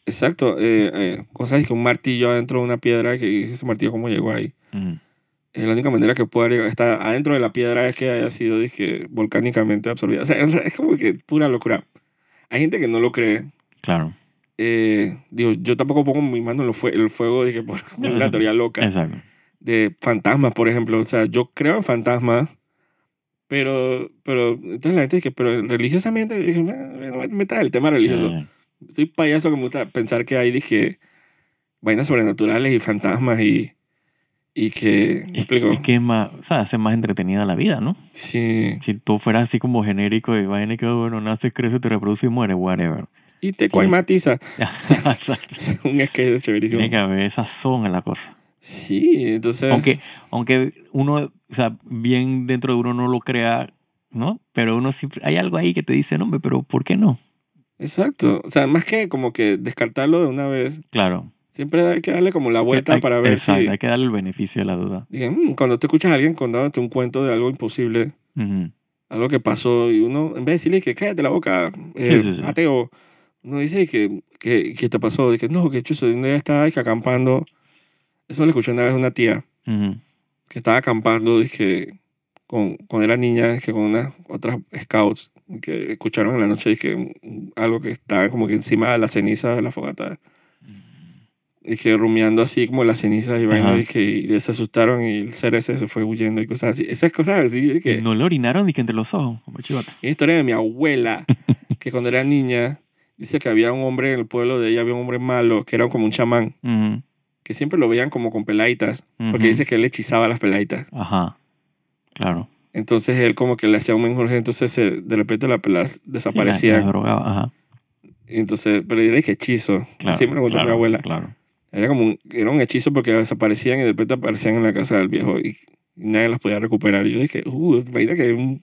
Exacto. eh, eh, cosas que un martillo adentro de una piedra. que ese martillo cómo llegó ahí? Ujú. Eh, la única manera que pueda llegar- estar adentro de la piedra es que haya sido dizque, volcánicamente absorbida. O sea, es es como que pura locura. Hay gente que no lo cree. Claro, Eh, digo, yo tampoco pongo mi mano en lo fue- el fuego dije, por No, una eso- teoría loca exacto. de fantasmas, por ejemplo. O sea, yo creo en fantasmas, pero, pero entonces la gente dice, pero religiosamente, dije, no me metas el tema religioso. Sí. Soy payaso que me gusta pensar que hay dije, vainas sobrenaturales y fantasmas y, y que... ¿me Es, explico? es que es más, o sea, hace más entretenida la vida, ¿no? Sí. Si todo fuera así como genérico y vaina y que, "Oh, bueno, naces, creces, te reproduces y mueres, whatever. Y te Pues, cuaimatiza. Exacto. un sketch chéverísimo. Tiene que haber esa son en la cosa. Sí, entonces. Aunque, aunque uno, o sea, bien dentro de uno no lo crea, ¿no? Pero uno siempre, hay algo ahí que te dice, no, hombre, pero ¿por qué no? Exacto. O sea, más que como que descartarlo de una vez, Claro. siempre hay que darle como la vuelta Hay- para ver exacto, si. hay que darle el beneficio de la duda. Dije, "Mm", cuando tú escuchas a alguien contándote un cuento de algo imposible, Ujú. algo que pasó, y uno, en vez de decirle que cállate la boca, eh, Sí, sí, sí. ateo, uno dice que, que, que te pasó. Dije, no, que chuzo, un día estaba dije, acampando. Eso lo escuché una vez a una tía. Ujú. que estaba acampando, dije, con, cuando era niña, dije, con unas otras scouts que escucharon en la noche, dije, un- algo que estaba como que encima de la ceniza de la fogata. Dije, rumiando así como las cenizas y vaina, Ajá. dije, y se asustaron y el ser ese se fue huyendo y cosas así. Esas cosas así, dije, No le orinaron ni que entre los ojos, como chivato. una historia de mi abuela, que cuando era niña, dice que había un hombre en el pueblo de ella, había un hombre malo, que era como un chamán, Ujú. que siempre lo veían como con pelaitas, porque Ujú. dice que él hechizaba a las pelaitas. Ajá. Claro. Entonces él como que le hacía un menjurje, entonces se- de repente la pelada Sí, la- desaparecía. la drogaba, ajá. entonces, pero era que hechizo. Claro, Siempre me contó claro, mi abuela. Claro. Era como un, era un hechizo porque desaparecían y de repente aparecían en la casa del viejo y, y nadie las podía recuperar. Yo dije, uh, imagina que hay un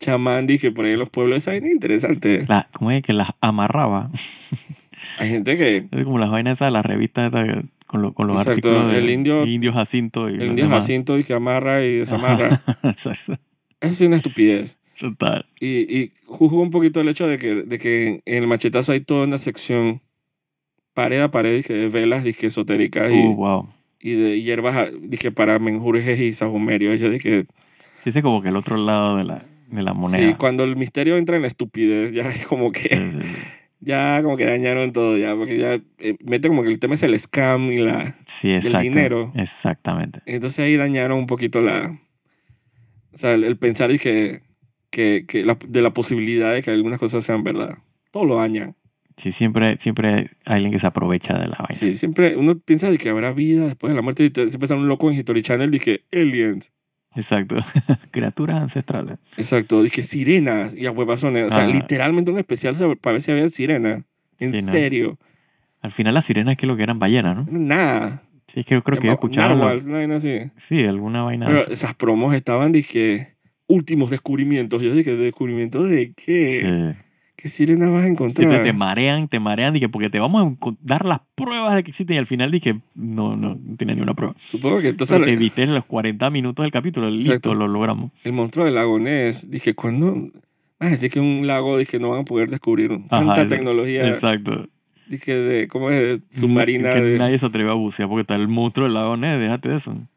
chamán, dije, por ahí en los pueblos, esa vaina es interesante. La, ¿Cómo es que las amarraba? Hay gente que, Es como las vainas esas, las revistas esas que- con, lo- con los Exacto, artículos de el indio- Indio Jacinto y el los indio demás. Jacinto, dije, amarra y desamarra. Ajá. Exacto. Eso sí es una estupidez. Total. Y, y juzgo un poquito el hecho de que, de que en el machetazo hay toda una sección pared a pared dizque, de velas dizque, esotéricas Uh, wow. y, y de hierbas ah, dizque, para menjurjes y sahumerios. Yo dije, Sí, ese es como que el otro lado de la, de la moneda. Eh, sí, cuando el misterio entra en la estupidez, ya es como que, Sí, sí, sí. ya como que dañaron todo, ya, porque ya eh, mete como que el tema es el scam y la... Sí, exacto. dinero. Exactamente. Entonces ahí dañaron un poquito la... O sea, el, el pensar dizque, que, que la- de la posibilidad de que algunas cosas sean verdad. Todo lo dañan. Sí, siempre, siempre hay alguien que se aprovecha de la vaina. Sí, siempre uno piensa de que habrá vida después de la muerte y te- siempre sale un loco en History Channel dije aliens. Exacto. Criaturas ancestrales. Exacto, dije sirenas y huevazones. O sea, Ah. literalmente un especial sobre- para ver si había sirenas. En Sí, ¿no? serio. Al final las sirenas que lo que eran ballenas, ¿no? Nada. Sí, creo, creo que yo Llamaba- escuchaba. lo- narwhals, una vaina así. Sí, alguna vaina. de Pero esa. esas promos estaban, dije, últimos descubrimientos. Yo dije, ¿descubrimientos de qué? Sí. ¿Qué sirenas vas a Sí, encontrar? te, te marean, te marean, dije, porque te vamos a encon- dar las pruebas de que existen y al final dije, no, no, no tenía ni una prueba. Supongo que Pero te entonces viste en los 40 minutos del capítulo, listo, Exacto. lo logramos. el monstruo del lagonés, dije, ¿cuándo? Ah, así que un lago, dije, no van a poder descubrir tanta Ajá, tecnología. Exacto. Dije, de, ¿cómo es? Submarina. Que de- nadie se atreve a bucear porque está el monstruo del lago Ness. Déjate de eso.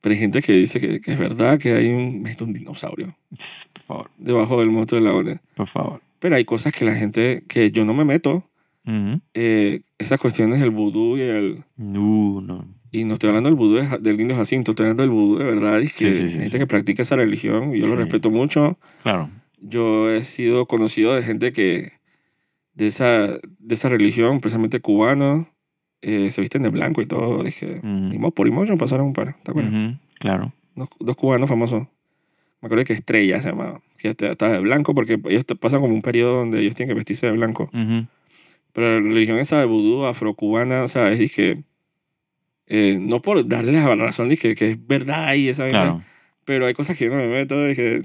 Pero hay gente que dice que, que es verdad que hay un, es un dinosaurio Por favor, debajo del monstruo del lago. Ness. por favor. Pero hay cosas que la gente, que yo no me meto. Ujú. eh, esas cuestiones del vudú y el... No, no. Y no estoy hablando del vudú de Ja- del indio Jacinto, estoy hablando del vudú de verdad. Y que Sí, sí, sí, hay gente sí. que practica esa religión, y yo lo Sí. respeto mucho. Claro. Yo he sido conocido de gente que de esa, de esa religión, precisamente cubanos, eh, se visten de blanco y todo. Dije, Ujú. "Ni modo, por Imogen pasaron un par, ¿te acuerdas? Ujú, Claro. Dos, dos cubanos famosos. Me acuerdo que Estrella se llamaba, que está está de blanco porque ellos te- pasan como un periodo donde ellos tienen que vestirse de blanco. Ujú. Pero la religión esa de vudú, afrocubana, o sea, es dije, eh, no por darles la razón, dije que es verdad y esa vaina, Claro. pero hay cosas que yo no me meto, dije,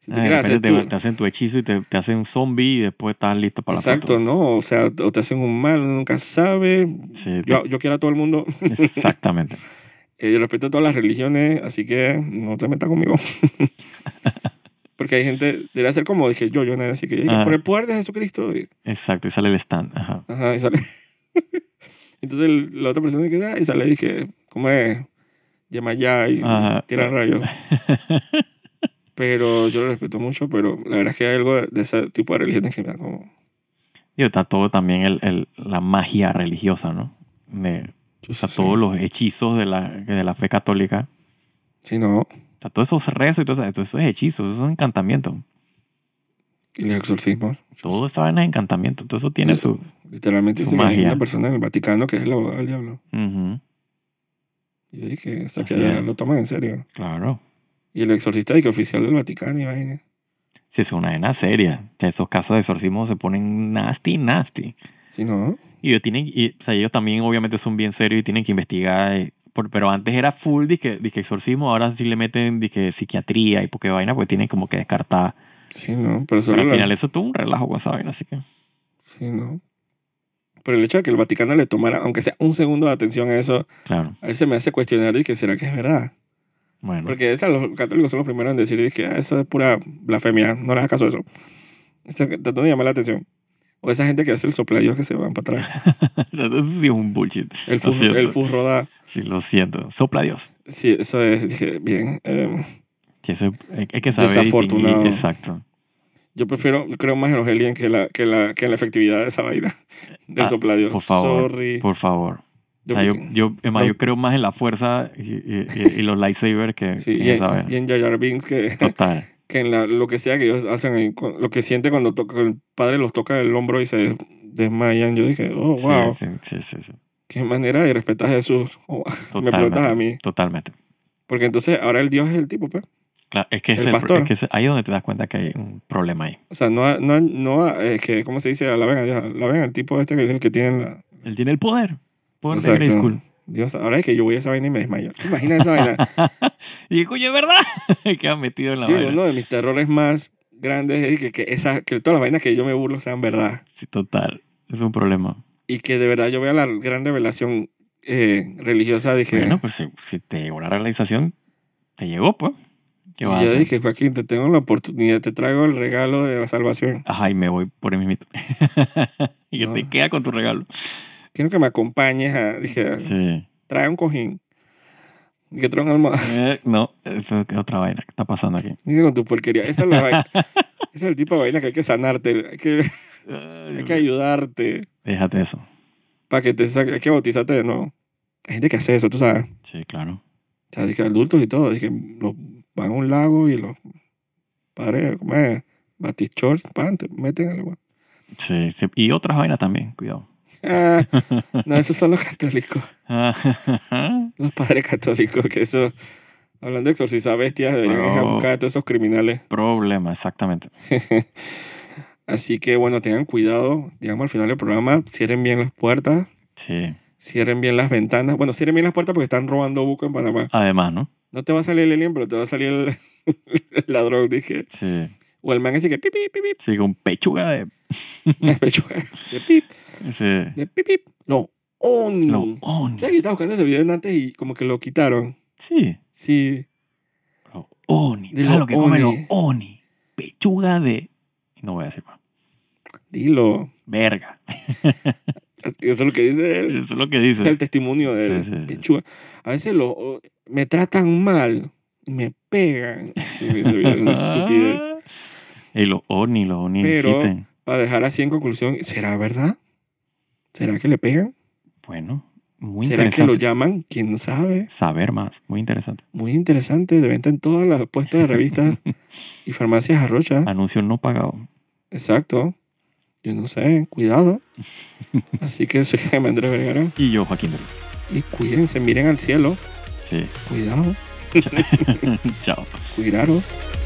si tú Eh, de quieres hacer repente tú- te, te hacen tu hechizo y te, te hacen un zombie y después estás listo para Exacto, la foto. ¿no? O sea, o te hacen un mal, uno nunca sabe. Sí, Yo, yo quiero a todo el mundo. Exactamente. Eh, yo respeto todas las religiones, así que no te metas conmigo. Porque hay gente, debería ser como dije yo, yo nada, así que dije, Ajá. por el poder de Jesucristo. y- Exacto. Y sale el stand. Ajá. ajá, y sale. Entonces el- la otra persona que da, y sale y dije, ¿cómo es? Llama ya y Ajá. tira rayos. Pero yo lo respeto mucho, pero la verdad es que hay algo de, de ese tipo de religiones que me da como... Y está todo también el, el- la magia religiosa, ¿no? De, o sea, todos los hechizos de la, de la fe católica. Sí, no. O sea, todos esos rezos y todo eso, todo eso es hechizo, eso es encantamiento. Y los exorcismos. Todo esta vaina es encantamiento. Todo eso tiene su. Literalmente Su se magia. magia. una persona en el Vaticano que es el abogado del diablo. Ujú, Y yo dije, o sea, Así que ya es. lo toman en serio. Claro. Y el exorcista dije oficial del Vaticano y vaina. Si es una vaina seria. O sea, esos casos de exorcismo se ponen nasty, nasty. Si no, Y ellos, tienen, y, o sea, ellos también obviamente son bien serios y tienen que investigar. eh, por- pero antes era full disque, disque exorcismo, ahora sí le meten disque psiquiatría y porque vaina, pues tienen como que descartar. si no, pero Pero solo al la- final eso tuvo un relajo con esa vaina, así que... Sí, no. Pero el hecho de que el Vaticano le tomara, aunque sea un segundo de atención a eso, Claro, a veces me hace cuestionar y que será que es verdad. bueno. Porque esa, los católicos son los primeros en decir que esa es pura blasfemia, no le hagas caso a eso. Está tratando de llamar la atención. O esa gente que hace el sopladillo que se van para atrás. Eso sí es un bullshit. El Lo fus, siento. el fus roda. Sí, lo siento. Sopla Dios. Sí, eso es, dije, bien. em, Sí, eso hay hay que saber Desafortunado. distinguir. Exacto. Yo prefiero, yo creo más en los aliens que, la, que, la, que en la efectividad de esa vaina. Del Ah, sopladio. Por favor. Sorry. Por favor. Yo- O sea, yo, yo, es más, no. yo creo más en la fuerza y, y- y- y los lightsabers que, sí, que y, en esa en, vaina. y en Jar Jar Binks que, Total. que en la- lo que sea que ellos hacen, ahí, cu- lo que siente cuando toca, que el padre los toca el hombro y se desmayan. Yo dije, oh, Sí, wow, sí, sí, sí, sí. qué manera de respetar a Jesús. Oh, si me Totalmente. preguntas a mí. Totalmente. Porque entonces ahora el Dios es el tipo, pues. Claro, es que, es El el- pastor. es que es ahí donde te das cuenta que hay un problema ahí. O sea, no, no, no es que, ¿cómo se dice? Alaben a Dios, alaben al tipo este que es el que tiene la, Él tiene el poder. Poder de Exacto. Grey School. Dios, ahora es que yo voy a esa vaina y me desmayo. ¿Te imaginas esa vaina? Y dije, coño, es verdad. Queda metido en la Yo digo, vaina. uno de mis terrores más grandes es que, que, esa- que todas las vainas que yo me burlo sean verdad. Sí, total. Es un problema. Y que de verdad yo vea la gran revelación eh, religiosa. Dije, Bueno, pues si, si te llegó la realización, te llegó, pues. ¿Qué y vas a yo hacer? dije, Joaquín, te tengo la oportunidad, te traigo el regalo de la salvación. Ajá, y me voy por el mismito. y que te No. queda con tu regalo. Quiero que me acompañes a... Dije, Sí. trae un cojín. Y que trae un almohada. Eh, no, eso es otra vaina que está pasando aquí. Dije, con tu porquería. Esa es la vaina. Ese es el tipo de vaina que hay que sanarte. Hay que, hay que ayudarte. Déjate eso. Para que te saque, hay que bautizarte de nuevo. Hay gente que hace eso, tú sabes. Sí, claro. O sea, dije, adultos y todo. Dije, los van a un lago y los padres, ¿cómo es? Batichorts, pan, te meten al agua. Sí, sí. Y otras vainas también, cuidado. Ah, no, esos son los católicos. Ajá. Los padres católicos, que eso. Hablando de exorcizar bestias, deberían ir a Bro. buscar a todos esos criminales. Problema, exactamente. Así que, bueno, tengan cuidado. Digamos, al final del programa, cierren bien las puertas, Sí. cierren bien las ventanas. Bueno, cierren bien las puertas porque están robando buco en Panamá. Además, ¿no? No te va a salir el alien, pero te va a salir el, el ladrón, dije. Sí. O el man así que pip, pip, pip, Sí, con pechuga de. pip, una pechuga, de pip. Sí. De pip, pip. No, on. No. No. On. ¿Sabes que yo estaba buscando ese video en antes y como que lo quitaron? Sí. Sí. Los Oni. De ¿Sabes los lo que comen oni. los Oni? Pechuga de Y no voy a decir más. Dilo. Verga. Eso es lo que dice él. Eso es lo que Ese es dice. el testimonio de él. Sí, sí, sí. Pichúa. A veces lo, o- me tratan mal, me pegan. Sí, eso es una estupidez. Ah. y los ovnis, los ovnis Pero- existen. Para dejar así en conclusión, ¿será verdad? ¿Será que le pegan? Bueno, muy ¿Será que lo interesante. llaman? ¿Quién sabe? Saber más, muy interesante. Muy interesante. De venta en todas las puestas de revistas y farmacias arrocha. Anuncio no pagado. Exacto. Yo no sé. Cuidado. Así que soy Jaime Andrés Vergara. Y yo, Joaquín de Luz. Y cuídense. Miren al cielo. Sí, Cuidado. chao. Cuidaros.